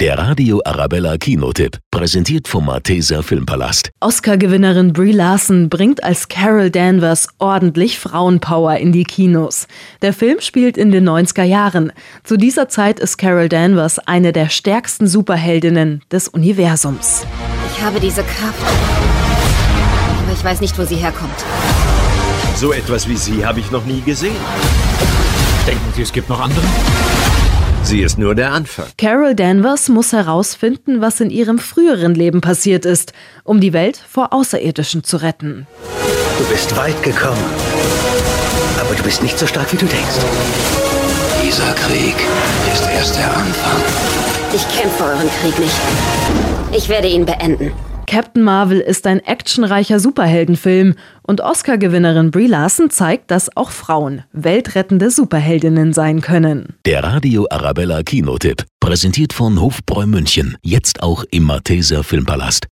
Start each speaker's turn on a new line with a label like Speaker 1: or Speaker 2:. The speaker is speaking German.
Speaker 1: Der Radio Arabella Kinotipp, präsentiert vom Malteser Filmpalast.
Speaker 2: Oscar-Gewinnerin Brie Larson bringt als Carol Danvers ordentlich Frauenpower in die Kinos. Der Film spielt in den 90er Jahren. Zu dieser Zeit ist Carol Danvers eine der stärksten Superheldinnen des Universums.
Speaker 3: Ich habe diese Kraft, aber ich weiß nicht, wo sie herkommt.
Speaker 4: So etwas wie sie habe ich noch nie gesehen.
Speaker 5: Denken Sie, es gibt noch andere?
Speaker 4: Sie ist nur der Anfang.
Speaker 2: Carol Danvers muss herausfinden, was in ihrem früheren Leben passiert ist, um die Welt vor Außerirdischen zu retten.
Speaker 6: Du bist weit gekommen, aber du bist nicht so stark, wie du denkst.
Speaker 7: Dieser Krieg ist erst der Anfang.
Speaker 3: Ich kämpfe euren Krieg nicht. Ich werde ihn beenden.
Speaker 2: Captain Marvel ist ein actionreicher Superheldenfilm und Oscar-Gewinnerin Brie Larson zeigt, dass auch Frauen weltrettende Superheldinnen sein können.
Speaker 1: Der Radio Arabella Kinotipp, präsentiert von Hofbräu München, jetzt auch im Malteser Filmpalast.